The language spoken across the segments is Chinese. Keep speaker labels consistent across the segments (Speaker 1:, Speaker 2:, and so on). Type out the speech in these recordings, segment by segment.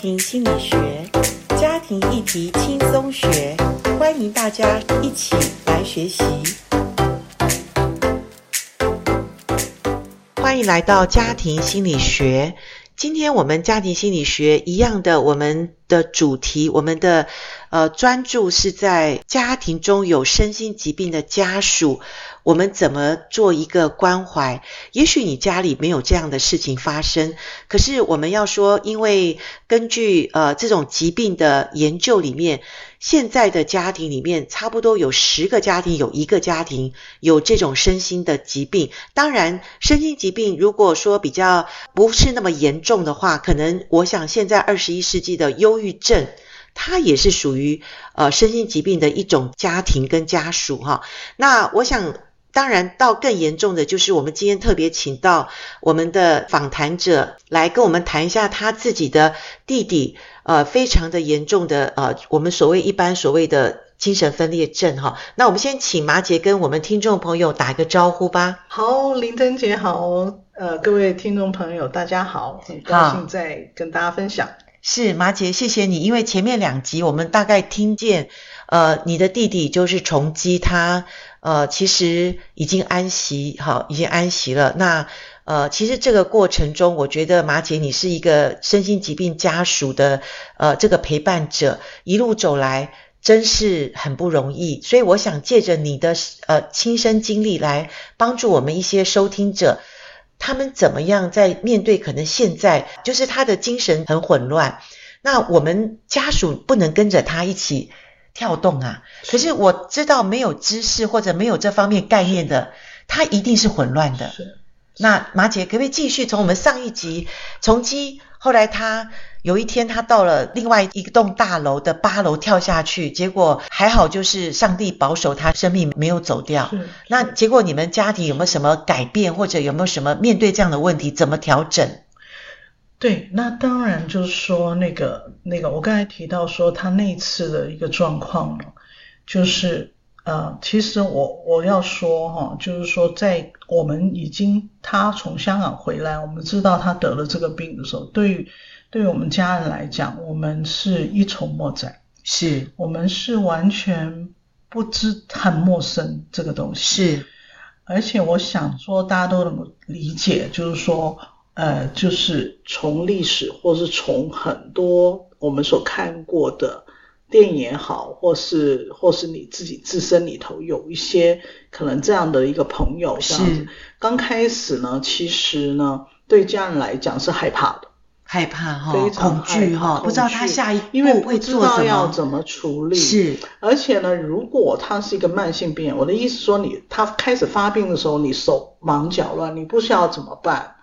Speaker 1: 庭心理学，家庭议题轻松学，欢迎大家一起来学习。欢迎来到家庭心理学。今天我们家庭心理学一样的，我们的主题，我们的呃专注是在家庭中有身心疾病的家属，我们怎么做一个关怀？也许你家里没有这样的事情发生，可是我们要说，因为根据呃这种疾病的研究里面，现在的家庭里面差不多有十个家庭有一个家庭有这种身心的疾病。当然，身心疾病如果说比较不是那么严重的话，可能我想现在二十一世纪的忧郁症。它也是属于呃身心疾病的一种家庭跟家属哈。那我想当然，到更严重的就是我们今天特别请到我们的访谈者来跟我们谈一下他自己的弟弟，呃，非常的严重的呃，我们所谓一般所谓的精神分裂症哈。那我们先请马姐跟我们听众朋友打个招呼吧。
Speaker 2: 好，林珍姐好，呃，各位听众朋友大家好，很高兴再跟大家分享。
Speaker 1: 是马姐，谢谢你，因为前面两集我们大概听见，呃，你的弟弟就是崇基，他呃其实已经安息，好，已经安息了。那呃，其实这个过程中，我觉得马姐你是一个身心疾病家属的呃这个陪伴者，一路走来真是很不容易。所以我想借着你的呃亲身经历来帮助我们一些收听者。他们怎么样在面对可能现在就是他的精神很混乱，那我们家属不能跟着他一起跳动啊。可是我知道没有知识或者没有这方面概念的，他一定是混乱的。那马姐可不可以继续从我们上一集从基后来他有一天他到了另外一栋大楼的八楼跳下去，结果还好就是上帝保守他生命没有走掉。那结果你们家庭有没有什么改变，或者有没有什么面对这样的问题怎么调整？
Speaker 2: 对，那当然就是说那个那个，我刚才提到说他那次的一个状况呢，哦就是呃，其实我我要说哈、就是说在我们已经他从香港回来，我们知道他得了这个病的时候，对于对于我们家人来讲，我们是一筹莫展，
Speaker 1: 是
Speaker 2: 我们是完全不知很陌生这个东西。
Speaker 1: 是
Speaker 2: 而且我想说，大家都能够理解，就是说，呃，就是从历史，或是从很多我们所看过的电影也好，或是或是你自己自身里头有一些可能这样的一个朋友，这样子
Speaker 1: 是。
Speaker 2: 刚开始呢，其实呢，对家人来讲是害怕的，
Speaker 1: 害怕哈、
Speaker 2: 非常
Speaker 1: 哦恐惧
Speaker 2: 害怕
Speaker 1: 哈、不知道他
Speaker 2: 恐惧
Speaker 1: 下一
Speaker 2: 因为
Speaker 1: 步
Speaker 2: 不
Speaker 1: 会
Speaker 2: 知
Speaker 1: 做
Speaker 2: 道
Speaker 1: 什
Speaker 2: 要
Speaker 1: 么。
Speaker 2: 怎么处理。
Speaker 1: 是
Speaker 2: 而且呢，如果他是一个慢性病人，我的意思说你，他开始发病的时候，你手忙脚乱，你不知道怎么办。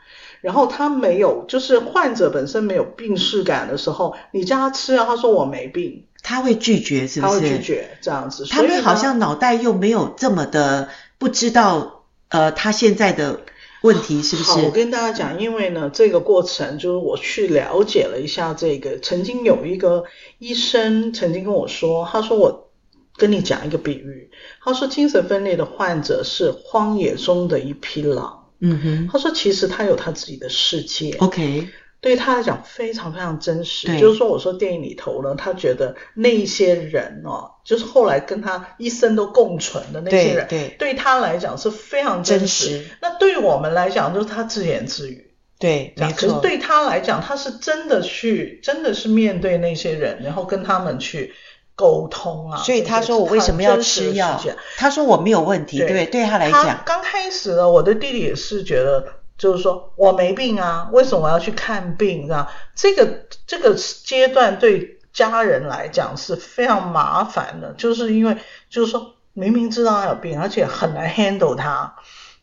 Speaker 2: 然后他没有，就是患者本身没有病视感的时候，你叫他吃药，他说我没病，
Speaker 1: 他会拒绝，是不
Speaker 2: 他
Speaker 1: 是？
Speaker 2: 会拒绝这样子。
Speaker 1: 他
Speaker 2: 所以
Speaker 1: 们
Speaker 2: 呢
Speaker 1: 好像脑袋又没有这么的不知道，呃，他现在的问题是不
Speaker 2: 好，我
Speaker 1: 是？
Speaker 2: 跟大家讲，因为呢，这个过程就是我去了解了一下这个，曾经有一个医生曾经跟我说，他说我跟你讲一个比喻，他说精神分裂的患者是荒野中的一匹狼，
Speaker 1: 嗯哼
Speaker 2: 他说其实他有他自己的世界，
Speaker 1: ，OK，
Speaker 2: 对他来讲非常非常真实。
Speaker 1: 哦对
Speaker 2: 就是说，我说电影里头呢，他觉得那一些人哦，就是后来跟他一生都共存的那些
Speaker 1: 对
Speaker 2: 人，
Speaker 1: 对，
Speaker 2: 对他来讲是非常
Speaker 1: 真
Speaker 2: 实。
Speaker 1: 实，
Speaker 2: 那对我们来讲，就是他自言自语。
Speaker 1: 对，
Speaker 2: 这样
Speaker 1: 没
Speaker 2: 可是
Speaker 1: 错，
Speaker 2: 对他来讲，他是真的去，真的是面对那些人，然后跟他们去沟通啊。
Speaker 1: 所以
Speaker 2: 这些
Speaker 1: 他说我为什么要吃药
Speaker 2: 他真实的世界？
Speaker 1: 他说我没有问题，对
Speaker 2: 对
Speaker 1: 不对？对他来
Speaker 2: 他
Speaker 1: 讲，
Speaker 2: 刚开始呢，我的弟弟也是觉得，就是说我没病啊，为什么我要去看病啊？这个这个阶段对家人来讲是非常麻烦的，就是因为就是说明明知道他有病，而且很难 handle 他。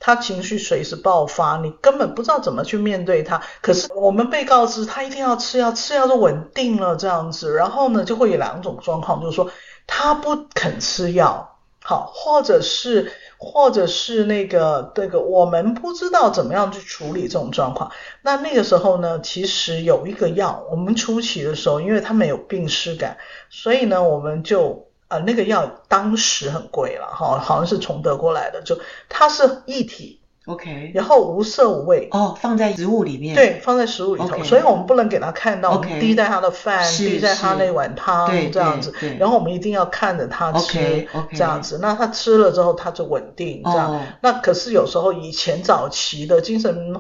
Speaker 2: 他情绪随时爆发，你根本不知道怎么去面对他。可是我们被告知他一定要吃药，吃药就稳定了这样子。然后呢，就会有两种状况，就是说他不肯吃药，好，或者是或者是那个那个，我们不知道怎么样去处理这种状况。那那个时候呢，其实有一个药，我们初期的时候，因为他没有病耻感，所以呢，我们就呃那个药当时很贵了哈，好像是从德国来的，就它是一体，
Speaker 1: OK，
Speaker 2: 然后无色无味。
Speaker 1: 哦，放在植物里面，
Speaker 2: 对，放在食物里头
Speaker 1: OK
Speaker 2: 所以我们不能给他看到
Speaker 1: OK
Speaker 2: 我们滴在他的饭
Speaker 1: 是
Speaker 2: 滴在他
Speaker 1: 是
Speaker 2: 那碗
Speaker 1: 对
Speaker 2: 汤这样子
Speaker 1: 对对，
Speaker 2: 然后我们一定要看着他吃
Speaker 1: OK，OK
Speaker 2: 这样子。那他吃了之后，他就稳定这样。
Speaker 1: 哦
Speaker 2: 那可是有时候以前早期的精神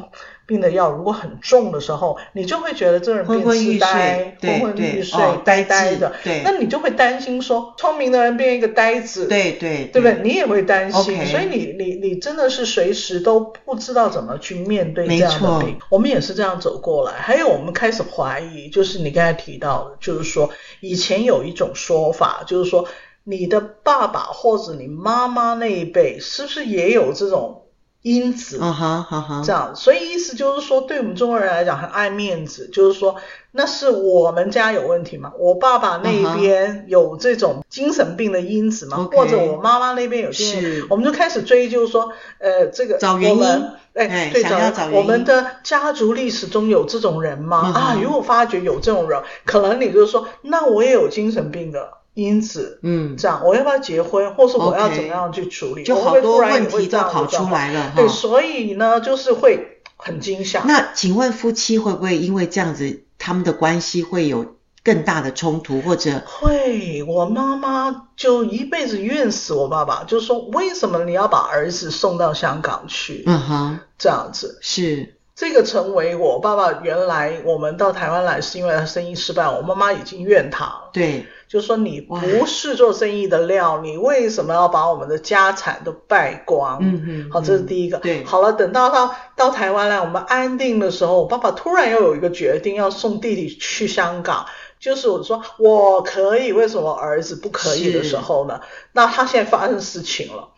Speaker 2: 病的药如果很重的时候，你就会觉得这个人
Speaker 1: 昏
Speaker 2: 变
Speaker 1: 昏欲
Speaker 2: 痴呆
Speaker 1: 睡，对
Speaker 2: 昏昏
Speaker 1: 对
Speaker 2: 欲睡
Speaker 1: 哦，
Speaker 2: 呆
Speaker 1: 呆
Speaker 2: 呆
Speaker 1: 滞
Speaker 2: 的
Speaker 1: 对，
Speaker 2: 那你就会担心说，聪明的人变一个呆子，
Speaker 1: 对对嗯
Speaker 2: 对不对？？你也会担心
Speaker 1: OK
Speaker 2: 所以你你你真的是随时都不知道怎么去面对这样的
Speaker 1: 没
Speaker 2: 病。我们也是这样走过来。还有我们开始怀疑，就是你刚才提到的，就是说以前有一种说法，就是说你的爸爸或者你妈妈那一辈是不是也有这种因子？
Speaker 1: 嗯哼嗯哼，
Speaker 2: 这样，所以意思就是说，对我们中国人来讲，很爱面子，就是说，那是我们家有问题吗？我爸爸那边有这种精神病的因子吗
Speaker 1: 嗯 OK
Speaker 2: 或者我妈妈那边有精神
Speaker 1: 是
Speaker 2: 病，我们就开始追究说，呃，这个
Speaker 1: 找原因
Speaker 2: 我们
Speaker 1: 哎
Speaker 2: 哎，对，
Speaker 1: 想要找原因
Speaker 2: 我们的家族历史中有这种人吗？
Speaker 1: 嗯哼
Speaker 2: 啊，如果发觉有这种人，可能你就说，那我也有精神病的因子。
Speaker 1: 嗯，
Speaker 2: 这样，我要不要结婚，或是我要
Speaker 1: OK
Speaker 2: 怎么样去处理
Speaker 1: 就
Speaker 2: 我会不
Speaker 1: 好多
Speaker 2: 会突然
Speaker 1: 问
Speaker 2: 也会
Speaker 1: 题
Speaker 2: 这
Speaker 1: 都
Speaker 2: 样的
Speaker 1: 跑出
Speaker 2: 状况
Speaker 1: 来了
Speaker 2: 对，
Speaker 1: 哈。
Speaker 2: 所以呢，就是会很惊吓。
Speaker 1: 那请问夫妻会不会因为这样子，他们的关系会有更大的冲突，或者
Speaker 2: 会，我妈妈就一辈子怨死我爸爸，就说为什么你要把儿子送到香港去？
Speaker 1: 嗯哼，
Speaker 2: 这样子，
Speaker 1: 是
Speaker 2: 这个成为我爸爸原来我们到台湾来是因为他生意失败，我妈妈已经怨他了，
Speaker 1: 对
Speaker 2: 就说你
Speaker 1: 哇
Speaker 2: 不是做生意的料，你为什么要把我们的家产都败光？
Speaker 1: 嗯嗯
Speaker 2: 好，这是第一个。
Speaker 1: 嗯对
Speaker 2: 好了，等到到到台湾来，我们安定的时候，我爸爸突然又有一个决定，要送弟弟去香港。就是我说我可以，为什么儿子不可以的时候呢？那他现在发生事情了。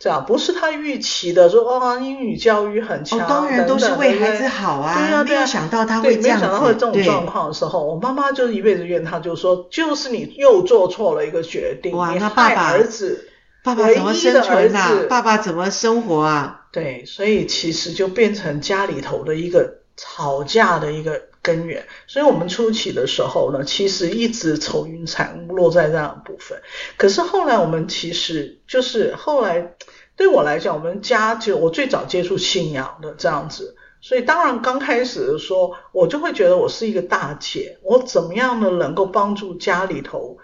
Speaker 2: 这样不是他预期的，说哦，英语教育很强，
Speaker 1: 哦，当然都是
Speaker 2: 等等
Speaker 1: 为
Speaker 2: 对不
Speaker 1: 孩
Speaker 2: 对
Speaker 1: 子好
Speaker 2: 对
Speaker 1: 啊，
Speaker 2: 啊
Speaker 1: 没
Speaker 2: 对啊
Speaker 1: 有想到他
Speaker 2: 对，
Speaker 1: 会这
Speaker 2: 没有
Speaker 1: 样
Speaker 2: 想到会这
Speaker 1: 子，
Speaker 2: 种状
Speaker 1: 对，
Speaker 2: 况的时候，我妈妈就是一辈子怨他，就说就是你又做错了一个决定，
Speaker 1: 哇
Speaker 2: 你
Speaker 1: 那爸
Speaker 2: 害
Speaker 1: 爸
Speaker 2: 儿子，
Speaker 1: 爸爸
Speaker 2: 唯
Speaker 1: 怎么
Speaker 2: 一
Speaker 1: 生
Speaker 2: 的儿
Speaker 1: 存呐、
Speaker 2: 子
Speaker 1: 爸爸怎么生活啊？
Speaker 2: 对，所以其实就变成家里头的一个吵架的一个根源。所以我们初期的时候呢，其实一直愁云惨雾落在这样的部分。可是后来我们其实就是后来对我来讲，我们家就我最早接触信仰的这样子。所以当然刚开始的时候，我就会觉得我是一个大姐，我怎么样呢能够帮助家里头，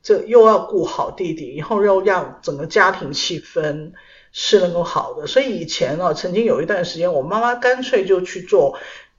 Speaker 2: 这又要顾好弟弟，然后又让整个家庭气氛是能够好的。所以以前呢、曾经有一段时间，我妈妈干脆就去做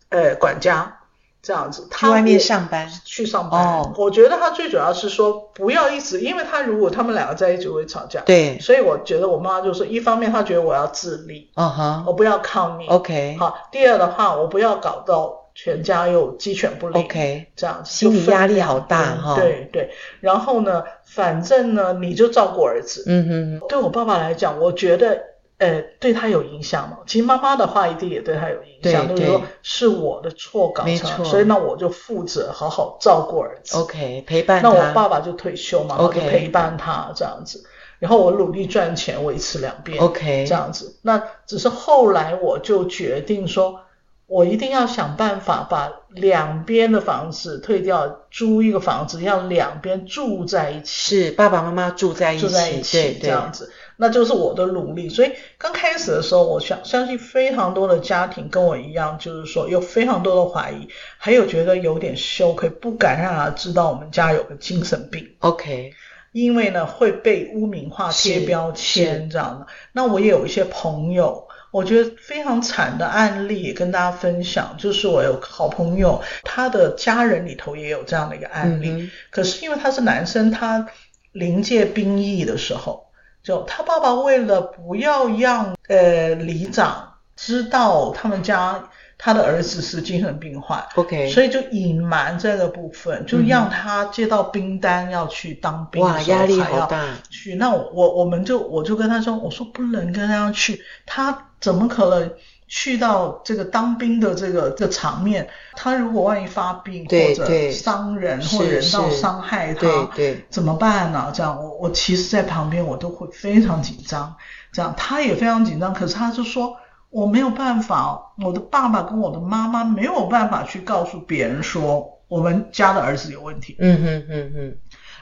Speaker 2: 呃管家这样子，
Speaker 1: 去
Speaker 2: 她
Speaker 1: 外面
Speaker 2: 也
Speaker 1: 上班，
Speaker 2: 去上班。
Speaker 1: 哦
Speaker 2: 我觉得她最主要是说不要一直，因为她如果他们两个在一起会吵架。
Speaker 1: 对，
Speaker 2: 所以我觉得我妈就说，一方面她觉得我要自立，
Speaker 1: 嗯哼
Speaker 2: 我不要靠你。
Speaker 1: ，OK
Speaker 2: 哦好，第二的话，我不要搞到全家又鸡犬不宁。
Speaker 1: OK，
Speaker 2: 这样子
Speaker 1: 心理
Speaker 2: 就分
Speaker 1: 压力
Speaker 2: 两
Speaker 1: 好大
Speaker 2: 边
Speaker 1: 哈
Speaker 2: 对对，然后呢，反正呢，你就照顾儿子。
Speaker 1: 嗯哼，
Speaker 2: 对我爸爸来讲，我觉得，呃，对他有影响嘛。其实妈妈的话一定也对他有影响，
Speaker 1: 对
Speaker 2: 就是说
Speaker 1: 对
Speaker 2: 是我的错搞
Speaker 1: 没
Speaker 2: 成了
Speaker 1: 错
Speaker 2: 所以那我就负责好好照顾儿子。
Speaker 1: OK，陪伴
Speaker 2: 那我
Speaker 1: 他
Speaker 2: 爸爸就退休嘛，我
Speaker 1: OK
Speaker 2: 就陪伴他这样子。然后我努力赚钱，维持两边
Speaker 1: OK
Speaker 2: 这样子。那只是后来我就决定说，我一定要想办法把两边的房子退掉，租一个房子，让两边住在一起。
Speaker 1: 是爸爸妈妈住在一起，
Speaker 2: 住在一
Speaker 1: 对
Speaker 2: 起这
Speaker 1: 对，
Speaker 2: 样子，那就是我的努力。所以刚开始的时候，我相相信非常多的家庭跟我一样，就是说有非常多的怀疑，还有觉得有点羞愧，不敢让他知道我们家有个精神病，
Speaker 1: OK，
Speaker 2: 因为呢会被污名化、
Speaker 1: 是
Speaker 2: 贴标
Speaker 1: 是
Speaker 2: 签这样的。那我也有一些朋友。我觉得非常惨的案例也跟大家分享，就是我有个好朋友，他的家人里头也有这样的一个案例，
Speaker 1: 嗯
Speaker 2: 可是因为他是男生，他临界兵役的时候，就他爸爸为了不要让呃里长知道他们家他的儿子是精神病患，
Speaker 1: 哼，OK，
Speaker 2: 所
Speaker 1: 以
Speaker 2: 以就隐瞒这个部分，
Speaker 1: 嗯
Speaker 2: 就
Speaker 1: 哼
Speaker 2: 让他接到兵单要去当兵
Speaker 1: 哇，
Speaker 2: 的时候
Speaker 1: 压力
Speaker 2: 还要
Speaker 1: 好大，
Speaker 2: 去，那我我我们就我就跟他说，我说不能跟他去，他怎么可能去到这个当兵的这个这个场面？他如果万一发病
Speaker 1: 对
Speaker 2: 或
Speaker 1: 对
Speaker 2: 者伤人
Speaker 1: 是
Speaker 2: 或人道
Speaker 1: 是
Speaker 2: 伤害
Speaker 1: 对
Speaker 2: 他，
Speaker 1: 对，
Speaker 2: 怎么办呢、这样我我其实，在旁边我都会非常紧张，这样他也非常紧张，可是他就说。我没有办法，我的爸爸跟我的妈妈没有办法去告诉别人说我们家的儿子有问题。
Speaker 1: 嗯哼嗯哼，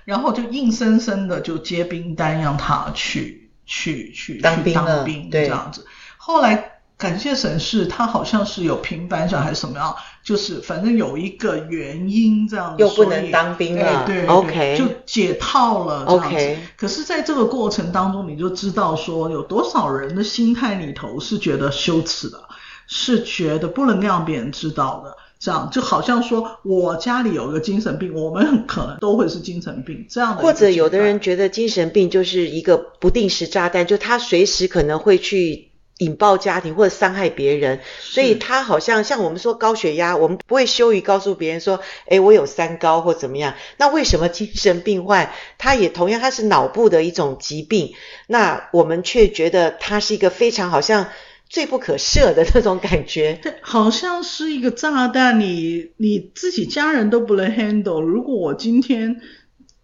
Speaker 2: 然后就硬生生的就接兵单让他去去去
Speaker 1: 当兵
Speaker 2: 去
Speaker 1: 了
Speaker 2: 当兵
Speaker 1: 对
Speaker 2: 这样子。后来感谢神是他好像是有平反奖还是什么样，就是反正有一个原因这样子，
Speaker 1: 又不能
Speaker 2: 所以
Speaker 1: 当兵了
Speaker 2: 哎对对
Speaker 1: OK
Speaker 2: 就解套了这样子
Speaker 1: OK
Speaker 2: 可是在这个过程当中，你就知道说有多少人的心态里头是觉得羞耻的，是觉得不能让别人知道的。这样就好像说，我家里有一个精神病，我们很可能都会是精神病这样的一个
Speaker 1: 或者有
Speaker 2: 解
Speaker 1: 的
Speaker 2: 法
Speaker 1: 人觉得精神病就是一个不定时炸弹，就他随时可能会去引爆家庭或者伤害别人，所以他好像像我们说高血压，我们不会羞于告诉别人说，诶，我有三高或怎么样。那为什么精神病患他也同样他是脑部的一种疾病，那我们却觉得他是一个非常好像罪不可赦的那种感觉？
Speaker 2: 对，好像是一个炸弹，你你自己家人都不能 handle。如果我今天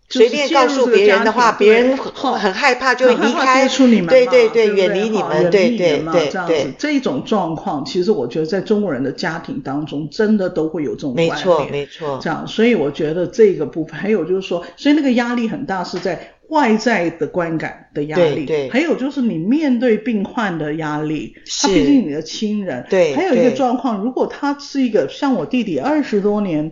Speaker 2: 就
Speaker 1: 随
Speaker 2: 是
Speaker 1: 便
Speaker 2: 介入
Speaker 1: 告诉
Speaker 2: 这个
Speaker 1: 别人
Speaker 2: 家
Speaker 1: 的话，
Speaker 2: 庭
Speaker 1: 别人
Speaker 2: 对
Speaker 1: 很
Speaker 2: 好
Speaker 1: 很害怕， 就
Speaker 2: 很害
Speaker 1: 离
Speaker 2: 怕
Speaker 1: 开，
Speaker 2: 接触你们嘛，
Speaker 1: 对
Speaker 2: 对
Speaker 1: 对，
Speaker 2: 不
Speaker 1: 远离你
Speaker 2: 好
Speaker 1: 们，
Speaker 2: 远
Speaker 1: 对
Speaker 2: 离
Speaker 1: 对
Speaker 2: 你们
Speaker 1: 对
Speaker 2: 这样
Speaker 1: 对
Speaker 2: 子，，这种状况，其实我觉得在中国人的家庭当中，真的都会有这种
Speaker 1: 没
Speaker 2: 观
Speaker 1: 错
Speaker 2: 念
Speaker 1: 没错
Speaker 2: 这，样，所以我觉得这个部分，还有就是说，所以那个压力很大，是在外在的观感的压力，
Speaker 1: 对对
Speaker 2: 还有就是你面对病患的压力，他
Speaker 1: 是
Speaker 2: 毕竟你的亲人，
Speaker 1: 对
Speaker 2: 还有一个
Speaker 1: 对
Speaker 2: 状况，如果他是一个像我弟弟二十多年。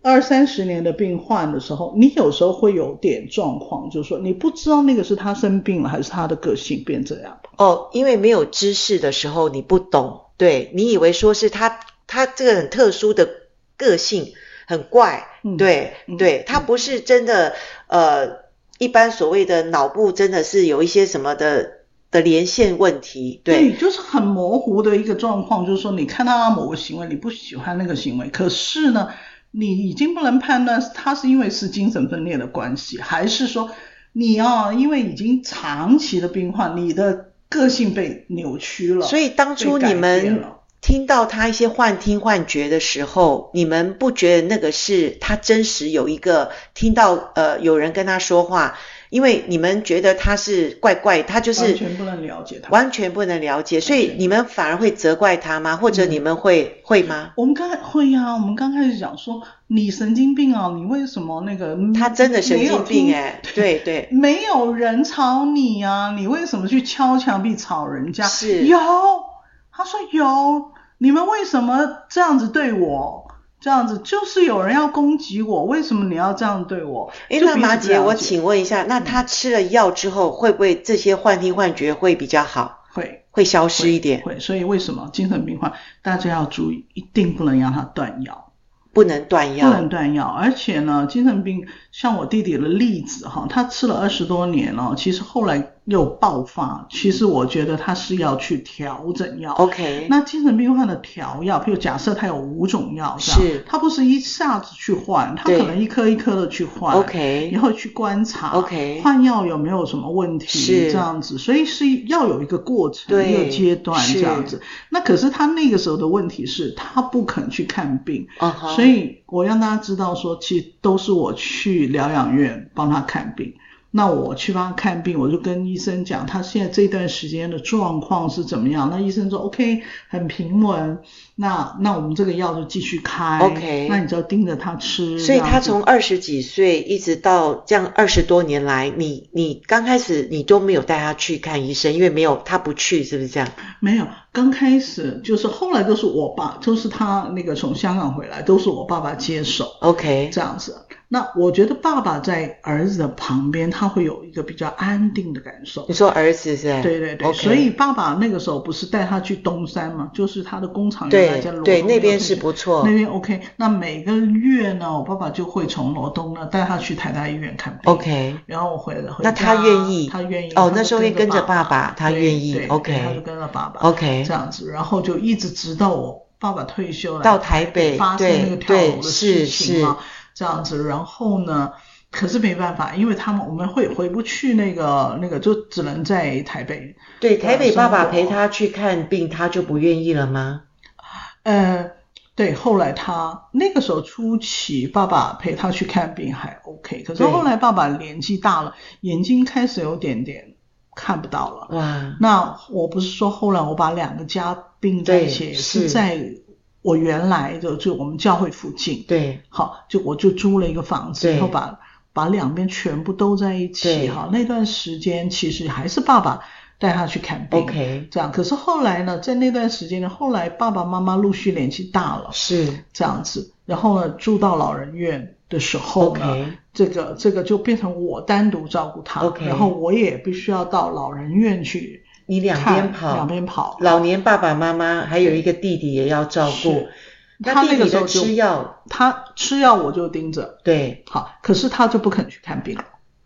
Speaker 2: 二三十年的病患的时候，你有时候会有点状况，就是说你不知道那个是他生病了，还是他的个性变这样。
Speaker 1: 哦，因为没有知识的时候你不懂，对你以为说是他他这个很特殊的个性很怪，
Speaker 2: 嗯
Speaker 1: 对、
Speaker 2: 嗯
Speaker 1: 对，他不是真的呃，一般所谓的脑部真的是有一些什么的的连线问题，对，
Speaker 2: 就是很模糊的一个状况，就是说你看到他某个行为，你不喜欢那个行为，可是呢，你已经不能判断他是因为是精神分裂的关系，还是说你要、因为已经长期的病患，你的个性被扭曲了，
Speaker 1: 所以当初
Speaker 2: 被改
Speaker 1: 你
Speaker 2: 变
Speaker 1: 们
Speaker 2: 了
Speaker 1: 听到他一些幻听幻觉的时候，你们不觉得那个是他真实有一个听到呃有人跟他说话，因为你们觉得他是怪怪，他就是
Speaker 2: 完全不能了解他。
Speaker 1: 完全不能了解，所以
Speaker 2: 全嗯
Speaker 1: 你们反而会责怪他吗？或者你们会、会吗？
Speaker 2: 我们刚才会呀、我们刚开始讲说你神经病啊，你为什么那个嗯
Speaker 1: 他真的神
Speaker 2: 没有
Speaker 1: 经病
Speaker 2: 听
Speaker 1: 哎、对对，
Speaker 2: 没有人吵你啊，你为什么去敲墙壁吵人家？
Speaker 1: 是
Speaker 2: 有，他说有，你们为什么这样子对我？这样子就是有人要攻击我，为什么你要这样对我？
Speaker 1: 哎，
Speaker 2: 就
Speaker 1: 那
Speaker 2: 彼此
Speaker 1: 马
Speaker 2: 不
Speaker 1: 姐，
Speaker 2: 了
Speaker 1: 我
Speaker 2: 解嗯
Speaker 1: 请问一下，那他吃了药之后，会不会这些幻听幻觉会比较好，
Speaker 2: 会
Speaker 1: 会消失一点，
Speaker 2: 会，所以为什么精神病患大家要注意，一定不能让他断药。
Speaker 1: 不能断
Speaker 2: 不能
Speaker 1: 药？
Speaker 2: 断药，而且呢，精神病像我弟弟的例子哈，他吃了二十多年了，其实后来又爆发。其实我觉得他是要去调整药。
Speaker 1: OK，
Speaker 2: 那精神病患的调药，譬如假设他有五种药，这样
Speaker 1: 是
Speaker 2: 他不是一下子去换，他
Speaker 1: 对
Speaker 2: 可能一颗一颗的去换
Speaker 1: OK
Speaker 2: 然后去观察
Speaker 1: OK
Speaker 2: 换药有没有什么问题，
Speaker 1: 是
Speaker 2: 这样子，所以是要有一个过程，
Speaker 1: 对
Speaker 2: 一个阶段
Speaker 1: 是
Speaker 2: 这样子。那可是他那个时候的问题是，他不肯去看病，
Speaker 1: 嗯哼
Speaker 2: 所以我让大家知道说，其实都是我去疗养院帮他看病。那我去帮他看病，我就跟医生讲他现在这段时间的状况是怎么样。那医生说 OK，很平稳。那那我们这个药就继续开
Speaker 1: OK
Speaker 2: 那你就要盯着他吃。
Speaker 1: 所以
Speaker 2: 这样
Speaker 1: 他
Speaker 2: 子
Speaker 1: 从二十几岁一直到这样二十多年来，你你刚开始你都没有带他去看医生，因为没有他不去，是不是这样？
Speaker 2: 没有，刚开始就是后来都是我爸，都是他那个从香港回来，都是我爸爸接手。
Speaker 1: OK，
Speaker 2: 这样子。那我觉得爸爸在儿子的旁边，他会有一个比较安定的感受
Speaker 1: 你。说儿子是吧？
Speaker 2: 对对对
Speaker 1: o k
Speaker 2: 所以爸爸那个时候不是带他去东山嘛，就是他的工厂原来
Speaker 1: 对
Speaker 2: 在罗东
Speaker 1: 对
Speaker 2: 没
Speaker 1: 那
Speaker 2: 有
Speaker 1: 边
Speaker 2: 退
Speaker 1: 是
Speaker 2: 休
Speaker 1: 不错
Speaker 2: 那。边 OK。那每个月呢，我爸爸就会从罗东呢带他去台大医院看病。
Speaker 1: OK，
Speaker 2: 然后我回来，回
Speaker 1: 那他
Speaker 2: 家
Speaker 1: 愿意
Speaker 2: 他愿意。
Speaker 1: 哦
Speaker 2: 他
Speaker 1: 那
Speaker 2: 就
Speaker 1: 时候
Speaker 2: 跟
Speaker 1: 也跟着爸爸他
Speaker 2: 对
Speaker 1: 愿意
Speaker 2: 对对
Speaker 1: OK
Speaker 2: 他就跟着爸爸
Speaker 1: OK
Speaker 2: 这样子，然后就一直直到我爸爸退休了，
Speaker 1: 到台北
Speaker 2: 发生
Speaker 1: 对
Speaker 2: 那个跳楼的
Speaker 1: 对是
Speaker 2: 事情嘛
Speaker 1: 是，
Speaker 2: 这样子，然后呢，可是没办法，因为他们我们会回不去那个那个，就只能在台北。
Speaker 1: 对，台北
Speaker 2: 生
Speaker 1: 爸爸
Speaker 2: 活
Speaker 1: 陪他去看病，他就不愿意了吗？
Speaker 2: 呃，对，后来他那个时候初期，爸爸陪他去看病还 OK，可是
Speaker 1: 对
Speaker 2: 后来爸爸年纪大了，眼睛开始有点点看不到了。
Speaker 1: 哇，
Speaker 2: 那我不是说后来我把两个家并在一起，
Speaker 1: 对
Speaker 2: 也
Speaker 1: 是
Speaker 2: 是在我原来的就我们教会附近，
Speaker 1: 对，
Speaker 2: 好，就我就租了一个房子，
Speaker 1: 对
Speaker 2: 以后把把两边全部都在一
Speaker 1: 对
Speaker 2: 起，哈，那段时间其实还是爸爸带他去看病。
Speaker 1: ，OK，
Speaker 2: 这样，可是后来呢，在那段时间呢，后来爸爸妈妈陆续年纪大了，
Speaker 1: 是
Speaker 2: 这样子，然后呢，住到老人院的时候呢
Speaker 1: OK
Speaker 2: 这个这个就变成我单独照顾他
Speaker 1: OK
Speaker 2: 然后我也必须要到老人院去
Speaker 1: 你两
Speaker 2: 看
Speaker 1: 边跑，
Speaker 2: 两边跑。
Speaker 1: 老年爸爸妈妈还有一个弟弟也要照顾
Speaker 2: 是，
Speaker 1: 那
Speaker 2: 他
Speaker 1: 弟
Speaker 2: 那
Speaker 1: 弟
Speaker 2: 个时
Speaker 1: 的
Speaker 2: 候就
Speaker 1: 吃药，
Speaker 2: 他吃药我就盯着，
Speaker 1: 对，
Speaker 2: 好，可是他就不肯去看病了，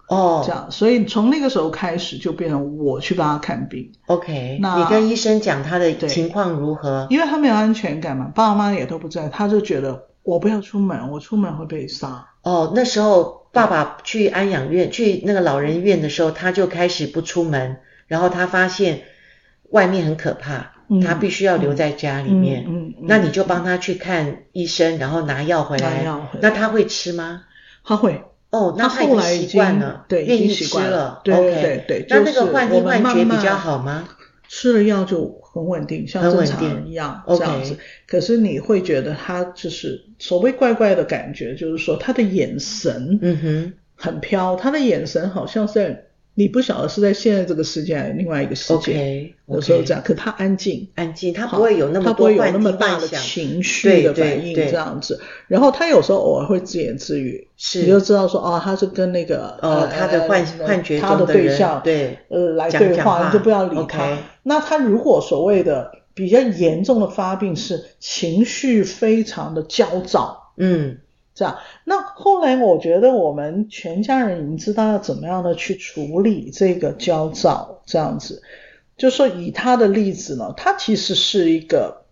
Speaker 1: 哦，
Speaker 2: 这样，所以从那个时候开始就变成我去帮他看病，
Speaker 1: OK，
Speaker 2: 那
Speaker 1: 你跟医生讲他的
Speaker 2: 对
Speaker 1: 情况如何？
Speaker 2: 因为他没有安全感嘛，爸爸妈妈也都不在，他就觉得我不要出门，我出门会被杀。
Speaker 1: 哦，那时候爸爸去安养院、去那个老人院的时候，他就开始不出门，然后他发现外面很可怕，
Speaker 2: 嗯
Speaker 1: 他必须要留在家里面。
Speaker 2: 嗯嗯嗯
Speaker 1: 那你就帮他去看医生，然后拿药回来。
Speaker 2: 拿药回来
Speaker 1: 那他会吃吗？
Speaker 2: 他会，
Speaker 1: 哦，那
Speaker 2: 他
Speaker 1: 已
Speaker 2: 后来
Speaker 1: 经
Speaker 2: 已
Speaker 1: 习惯
Speaker 2: 经
Speaker 1: 了，
Speaker 2: 对已
Speaker 1: 愿
Speaker 2: 经
Speaker 1: 意
Speaker 2: 习
Speaker 1: 吃
Speaker 2: 惯了
Speaker 1: 了。
Speaker 2: 对
Speaker 1: OK
Speaker 2: 对对
Speaker 1: 那
Speaker 2: 就
Speaker 1: 那个
Speaker 2: 是
Speaker 1: 幻
Speaker 2: 我
Speaker 1: 听
Speaker 2: 们
Speaker 1: 幻觉
Speaker 2: 慢慢
Speaker 1: 比较好吗？
Speaker 2: 吃了药就很稳定，像
Speaker 1: 很
Speaker 2: 正
Speaker 1: 稳
Speaker 2: 常人
Speaker 1: 定
Speaker 2: 一样这
Speaker 1: OK
Speaker 2: 样子。可是你会觉得他就是所谓怪怪的感觉，就是说他的眼神
Speaker 1: 嗯哼
Speaker 2: 很飘，他的眼神好像在你不晓得是在现在这个世界还是另外一个世界。
Speaker 1: ，OK，
Speaker 2: 有时候这样，可他安静，
Speaker 1: 安静，他
Speaker 2: 他
Speaker 1: 不会有那么
Speaker 2: 他不
Speaker 1: 多
Speaker 2: 会有
Speaker 1: 幻
Speaker 2: 那么
Speaker 1: 听
Speaker 2: 大
Speaker 1: 幻
Speaker 2: 的
Speaker 1: 想，
Speaker 2: 情绪的
Speaker 1: 对
Speaker 2: 反应
Speaker 1: 对
Speaker 2: 这样子。然后他有时候偶尔会自言自语，
Speaker 1: 是
Speaker 2: 你就知道说哦，他是跟那个
Speaker 1: 哦，他的幻
Speaker 2: 呃
Speaker 1: 幻觉
Speaker 2: 他
Speaker 1: 中
Speaker 2: 的
Speaker 1: 的人，
Speaker 2: 对象
Speaker 1: 对，
Speaker 2: 呃来
Speaker 1: 讲
Speaker 2: 对
Speaker 1: 讲
Speaker 2: 话，
Speaker 1: 话
Speaker 2: 你就不要理他
Speaker 1: OK。
Speaker 2: 那他如果所谓的比较严重的发病是情绪非常的焦躁，
Speaker 1: 嗯，
Speaker 2: 这样。那后来我觉得我们全家人已经知道要怎么样的去处理这个焦躁，这样子。就说以他的例子呢，他其实是一个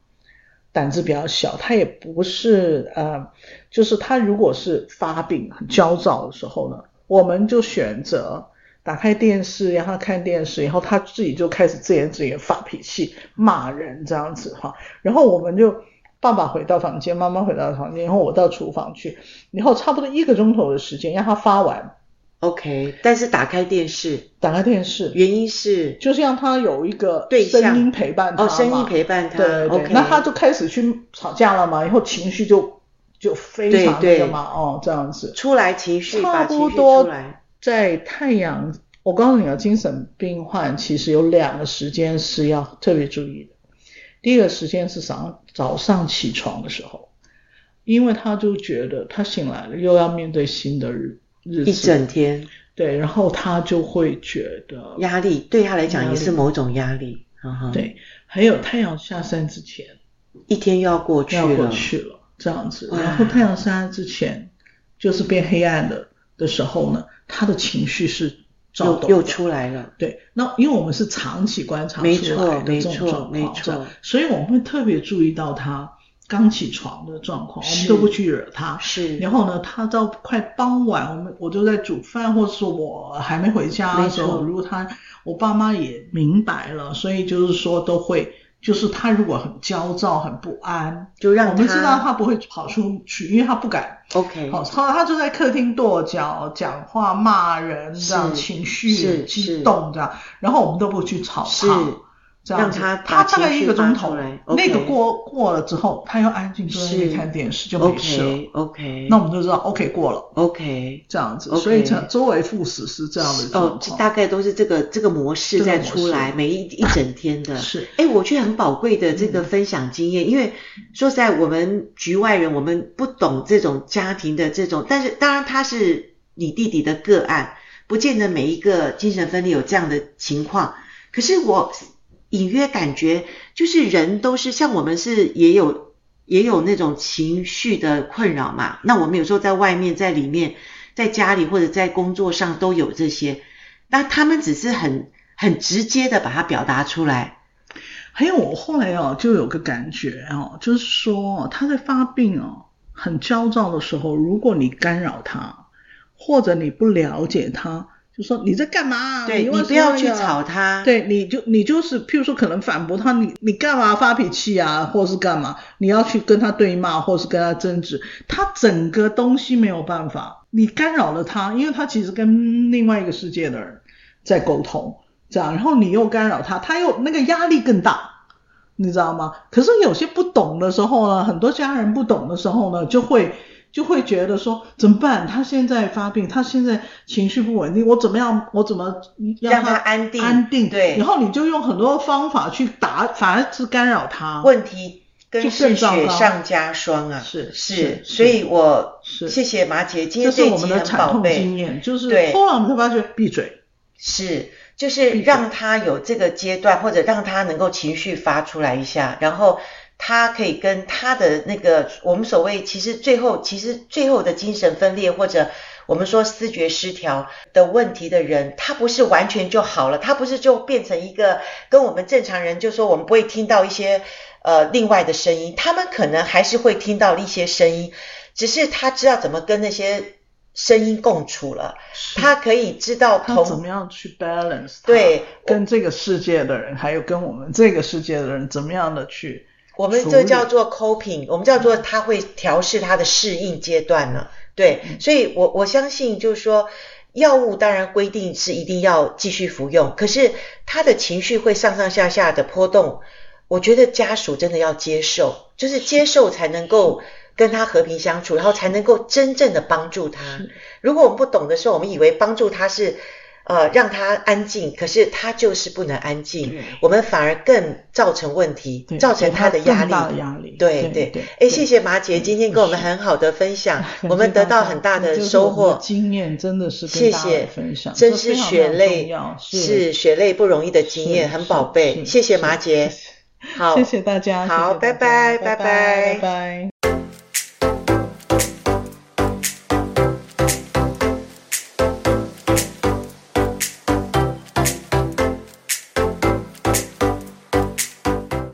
Speaker 2: 胆子比较小，他也不是呃，就是他如果是发病很焦躁的时候呢，我们就选择打开电视让他看电视，然后他自己就开始自言自语发脾气、骂人这样子哈，然后我们就。爸爸回到房间，妈妈回到房间，然后我到厨房去，然后差不多一个钟头的时间让他发完，
Speaker 1: OK，但是打开电视，
Speaker 2: 打开电视，
Speaker 1: 原因是
Speaker 2: 就是让他有一个
Speaker 1: 对象
Speaker 2: 声音陪伴他
Speaker 1: 哦，
Speaker 2: 嘛
Speaker 1: 生意陪伴他。
Speaker 2: 对对
Speaker 1: OK，
Speaker 2: 那他就开始去吵架了嘛，然后情绪就就非常
Speaker 1: 对
Speaker 2: 那
Speaker 1: 对
Speaker 2: 个嘛，哦，这样子。
Speaker 1: 出来情绪，把
Speaker 2: 差
Speaker 1: 情
Speaker 2: 不
Speaker 1: 绪出
Speaker 2: 多
Speaker 1: 来。
Speaker 2: 在太阳，我告诉你啊，精神病患其实有两个时间是要特别注意的。第一个时间是早上早上起床的时候，因为他就觉得他醒来了，又要面对新的日日子，
Speaker 1: 一整天
Speaker 2: 对，然后他就会觉得
Speaker 1: 压力对他来讲
Speaker 2: 压
Speaker 1: 也
Speaker 2: 力
Speaker 1: 是某种压力，嗯哼，，
Speaker 2: 对，还有太阳下山之前，
Speaker 1: 一天又要过去
Speaker 2: 要过
Speaker 1: 了，嗯
Speaker 2: 去了，这样子。
Speaker 1: 哇
Speaker 2: 然后太阳下山之前，就是变黑暗的的时候呢，他的情绪是躁
Speaker 1: 又
Speaker 2: 动的
Speaker 1: 又出来了，
Speaker 2: 对，那因为我们是长期观察出
Speaker 1: 没错
Speaker 2: 来的这种
Speaker 1: 没错
Speaker 2: 状况，
Speaker 1: 没错
Speaker 2: 这样所以我们会特别注意到他刚起床的状况，我
Speaker 1: 是
Speaker 2: 们都不去惹他。
Speaker 1: 是，
Speaker 2: 然后呢，他到快傍晚，我们我就在煮饭，或是我还没回家
Speaker 1: 没
Speaker 2: 的
Speaker 1: 错
Speaker 2: 时候，如果他我爸妈也明白了，所以就是说都会，就是他如果很焦躁、很不安，
Speaker 1: 就让
Speaker 2: 我们
Speaker 1: 他
Speaker 2: 知道他不会跑出去，因为他不敢。
Speaker 1: OK，
Speaker 2: 好，他他就在客厅跺脚、讲话、骂人，这样
Speaker 1: 是
Speaker 2: 情绪
Speaker 1: 是
Speaker 2: 也
Speaker 1: 是
Speaker 2: 激动这样，然后我们都不去吵
Speaker 1: 是
Speaker 2: 他，这样
Speaker 1: 让
Speaker 2: 子
Speaker 1: 他把
Speaker 2: 他大概
Speaker 1: 情绪
Speaker 2: 一个
Speaker 1: 发
Speaker 2: 钟
Speaker 1: 出
Speaker 2: 头
Speaker 1: 来，，OK
Speaker 2: 那个过过了之后，他又安静坐在那
Speaker 1: 是
Speaker 2: 里看电视就没事了，
Speaker 1: OK OK，
Speaker 2: 那我们就知道 OK 过了
Speaker 1: OK。
Speaker 2: 这样子，
Speaker 1: OK
Speaker 2: 所以这周围副食是这样的
Speaker 1: 哦
Speaker 2: 状，
Speaker 1: 这
Speaker 2: 况，
Speaker 1: 大概都是这个这个模式
Speaker 2: 这个
Speaker 1: 在
Speaker 2: 模
Speaker 1: 出
Speaker 2: 式
Speaker 1: 来，每一一整天的。
Speaker 2: 是
Speaker 1: 哎，我觉得很宝贵的这个分享经验，因为说实在我们局外人，我们不懂这种家庭的这种，但是当然他是你弟弟的个案，不见得每一个精神分裂有这样的情况。可是我隐约感觉，就是人都是像我们是也有也有那种情绪的困扰嘛。那我们有时候在外面、在里面、在家里或者在工作上都有这些，那他们只是很很直接的把它表达出来。
Speaker 2: 还有我后来哦，就有个感觉哦，就是说他在发病哦，很焦躁的时候，如果你干扰他，或者你不了解他，就说你在干嘛？
Speaker 1: 对
Speaker 2: 啊为
Speaker 1: 你
Speaker 2: 什么
Speaker 1: 不要去吵他，，
Speaker 2: 对，你就你就是，譬如说可能反驳他，你你干嘛发脾气啊，或是干嘛？你要去跟他对骂，或是跟他争执，他整个东西没有办法，你干扰了他，因为他其实跟另外一个世界的人在沟通，这样，然后你又干扰他，他又那个压力更大。你知道吗？可是有些不懂的时候呢，很多家人不懂的时候呢，就会就会觉得说怎么办？他现在发病，他现在情绪不稳定，我怎么样？我怎么
Speaker 1: 让
Speaker 2: 他
Speaker 1: 他安定
Speaker 2: 安定，
Speaker 1: 对
Speaker 2: 然后你就用很多方法去打，反而是干扰他。
Speaker 1: 问题跟
Speaker 2: 就
Speaker 1: 是
Speaker 2: 更糟
Speaker 1: 雪
Speaker 2: 糕
Speaker 1: 上加霜啊！
Speaker 2: 是
Speaker 1: 是，
Speaker 2: 是
Speaker 1: 所以我
Speaker 2: 是
Speaker 1: 谢谢马姐，今
Speaker 2: 这
Speaker 1: 天
Speaker 2: 是
Speaker 1: 这一
Speaker 2: 我
Speaker 1: 集
Speaker 2: 们的
Speaker 1: 很
Speaker 2: 惨
Speaker 1: 宝
Speaker 2: 痛经
Speaker 1: 贝，
Speaker 2: 验，就是
Speaker 1: 对
Speaker 2: 后来我们才发觉，闭嘴，
Speaker 1: 是就是
Speaker 2: 闭嘴
Speaker 1: 让他有这个阶段，或者让他能够情绪发出来一下，然后。他可以跟他的那个我们所谓其实最后其实最后的精神分裂或者我们说思觉失调的问题的人，他不是完全就好了，他不是就变成一个跟我们正常人就说我们不会听到一些呃另外的声音，他们可能还是会听到一些声音，只是他知道怎么跟那些声音共处了，他可以知道
Speaker 2: 他怎
Speaker 1: 同
Speaker 2: 么样去 balance？他
Speaker 1: 对
Speaker 2: 跟这个世界的人，还有跟我们这个世界的人，怎么样的去
Speaker 1: 我们
Speaker 2: 处
Speaker 1: 这
Speaker 2: 理
Speaker 1: 叫做 coping，我们叫做他会调试他的适应阶段呢。对，
Speaker 2: 嗯
Speaker 1: 所以我我相信就是说，药物当然规定是一定要继续服用，可是他的情绪会上上下下的波动，我觉得家属真的要接受，就是接受才能够跟他和平相处，然后才能够真正的帮助他。如果我们不懂的时候，我们以为帮助他是。呃，让他安静，可是他就是不能安静
Speaker 2: 对，
Speaker 1: 我们反而更造成问题
Speaker 2: 对，
Speaker 1: 造成
Speaker 2: 给他
Speaker 1: 的压
Speaker 2: 更大的
Speaker 1: 力。
Speaker 2: 压力？
Speaker 1: 对
Speaker 2: 对
Speaker 1: 对，哎，谢。谢马姐今天跟我们
Speaker 2: 是
Speaker 1: 很好的分享，
Speaker 2: 感
Speaker 1: 我们
Speaker 2: 谢
Speaker 1: 得到
Speaker 2: 家
Speaker 1: 很大
Speaker 2: 这
Speaker 1: 的
Speaker 2: 就是
Speaker 1: 收
Speaker 2: 我们的
Speaker 1: 获。
Speaker 2: 经验真的是
Speaker 1: 谢
Speaker 2: 跟大家
Speaker 1: 谢
Speaker 2: 来分享，
Speaker 1: 真
Speaker 2: 这
Speaker 1: 是
Speaker 2: 非常
Speaker 1: 血
Speaker 2: 非常
Speaker 1: 泪
Speaker 2: 重要，
Speaker 1: 是血泪不容易的经验，
Speaker 2: 是
Speaker 1: 很宝
Speaker 2: 是
Speaker 1: 贝。
Speaker 2: 是
Speaker 1: 谢谢
Speaker 2: 是
Speaker 1: 马姐
Speaker 2: 谢谢，
Speaker 1: 好，
Speaker 2: 谢谢大家，谢谢
Speaker 1: 好拜
Speaker 2: 大家
Speaker 1: 拜
Speaker 2: 拜
Speaker 1: 拜拜
Speaker 2: 拜拜。